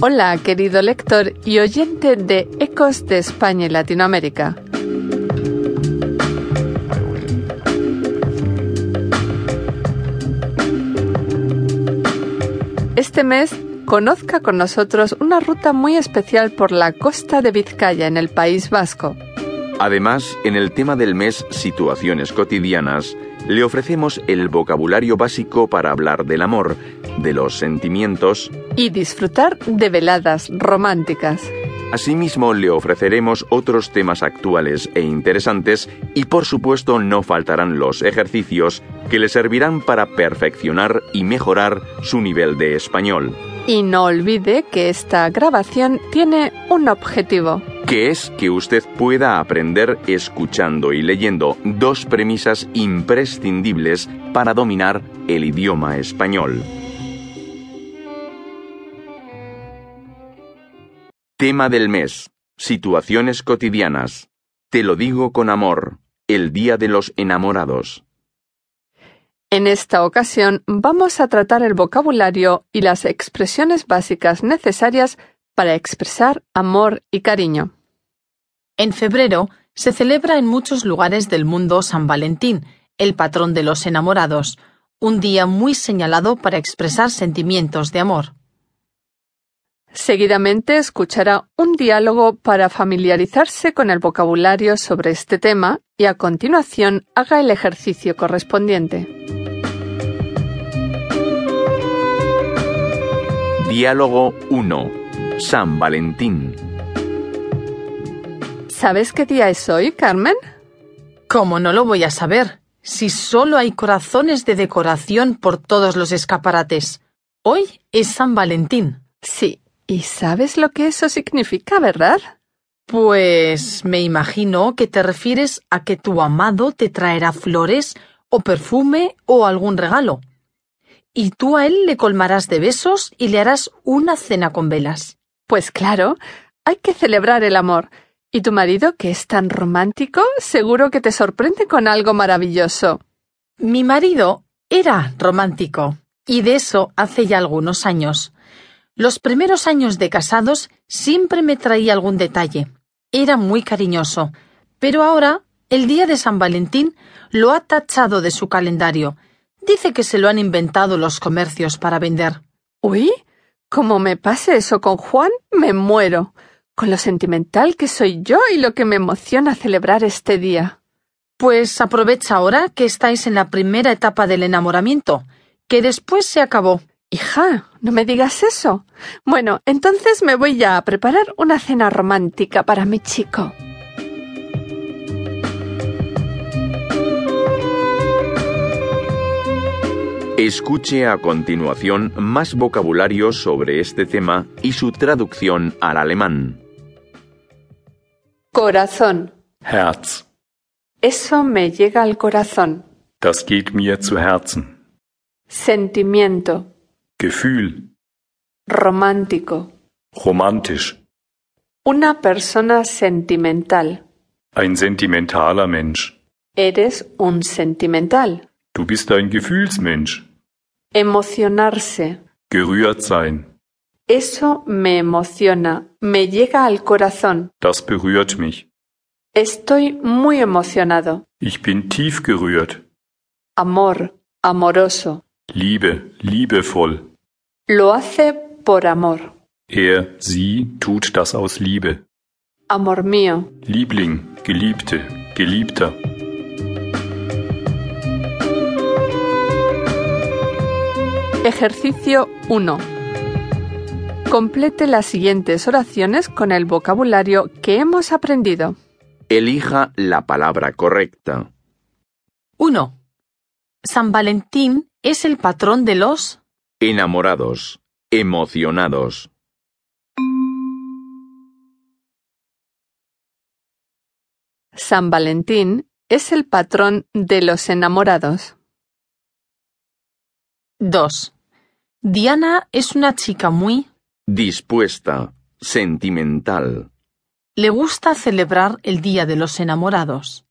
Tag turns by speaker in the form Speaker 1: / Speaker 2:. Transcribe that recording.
Speaker 1: Hola, querido lector y oyente de Ecos de España y Latinoamérica. Este mes, conozca con nosotros una ruta muy especial por la costa de Vizcaya en el País Vasco.
Speaker 2: Además, en el tema del mes Situaciones cotidianas, le ofrecemos el vocabulario básico para hablar del amor, de los sentimientos
Speaker 1: y disfrutar de veladas románticas.
Speaker 2: Asimismo, le ofreceremos otros temas actuales e interesantes y por supuesto no faltarán los ejercicios que le servirán para perfeccionar y mejorar su nivel de español.
Speaker 1: Y no olvide que esta grabación tiene un objetivo
Speaker 2: que es que usted pueda aprender escuchando y leyendo dos premisas imprescindibles para dominar el idioma español. Tema del mes. Situaciones cotidianas. Te lo digo con amor. El Día de los Enamorados.
Speaker 1: En esta ocasión vamos a tratar el vocabulario y las expresiones básicas necesarias para expresar amor y cariño.
Speaker 3: En febrero se celebra en muchos lugares del mundo San Valentín, el patrón de los enamorados, un día muy señalado para expresar sentimientos de amor.
Speaker 1: Seguidamente escuchará un diálogo para familiarizarse con el vocabulario sobre este tema y a continuación haga el ejercicio correspondiente.
Speaker 2: Diálogo 1. San Valentín.
Speaker 1: ¿Sabes qué día es hoy, Carmen?
Speaker 3: ¿Cómo no lo voy a saber? Si solo hay corazones de decoración por todos los escaparates. Hoy es San Valentín.
Speaker 1: Sí, y sabes lo que eso significa, ¿verdad?
Speaker 3: Pues me imagino que te refieres a que tu amado te traerá flores o perfume o algún regalo. Y tú a él le colmarás de besos y le harás una cena con velas.
Speaker 1: Pues claro, hay que celebrar el amor. Y tu marido, que es tan romántico, seguro que te sorprende con algo maravilloso.
Speaker 3: Mi marido era romántico, y de eso hace ya algunos años. Los primeros años de casados siempre me traía algún detalle. Era muy cariñoso. Pero ahora, el día de San Valentín, lo ha tachado de su calendario. Dice que se lo han inventado los comercios para vender.
Speaker 1: Uy, como me pase eso con Juan, me muero. Con lo sentimental que soy yo y lo que me emociona celebrar este día.
Speaker 3: Pues aprovecha ahora que estáis en la primera etapa del enamoramiento, que después se acabó.
Speaker 1: Hija, no me digas eso. Bueno, entonces me voy ya a preparar una cena romántica para mi chico.
Speaker 2: Escuche a continuación más vocabulario sobre este tema y su traducción al alemán.
Speaker 1: Corazón.
Speaker 4: Herz.
Speaker 1: Eso me llega al corazón.
Speaker 4: Das geht mir zu Herzen.
Speaker 1: Sentimiento.
Speaker 4: Gefühl.
Speaker 1: Romántico.
Speaker 4: Romantisch.
Speaker 1: Una persona sentimental.
Speaker 4: Ein sentimentaler Mensch.
Speaker 1: Eres un sentimental.
Speaker 4: Du bist ein Gefühlsmensch.
Speaker 1: Emocionarse.
Speaker 4: Gerührt sein.
Speaker 1: Eso me emociona, me llega al corazón.
Speaker 4: Das berührt mich.
Speaker 1: Estoy muy emocionado.
Speaker 4: Ich bin tief gerührt.
Speaker 1: Amor, amoroso.
Speaker 4: Liebe, liebevoll.
Speaker 1: Lo hace por amor.
Speaker 4: Er, sie tut das aus Liebe.
Speaker 1: Amor mío.
Speaker 4: Liebling, Geliebte, Geliebter.
Speaker 1: Ejercicio 1. Complete las siguientes oraciones con el vocabulario que hemos aprendido.
Speaker 2: Elija la palabra correcta.
Speaker 3: 1. San Valentín es el patrón de los
Speaker 2: Enamorados, emocionados.
Speaker 1: 1. San Valentín es el patrón de los enamorados.
Speaker 3: 2. Diana es una chica muy...
Speaker 2: Dispuesta, sentimental.
Speaker 3: Le gusta celebrar el Día de los Enamorados.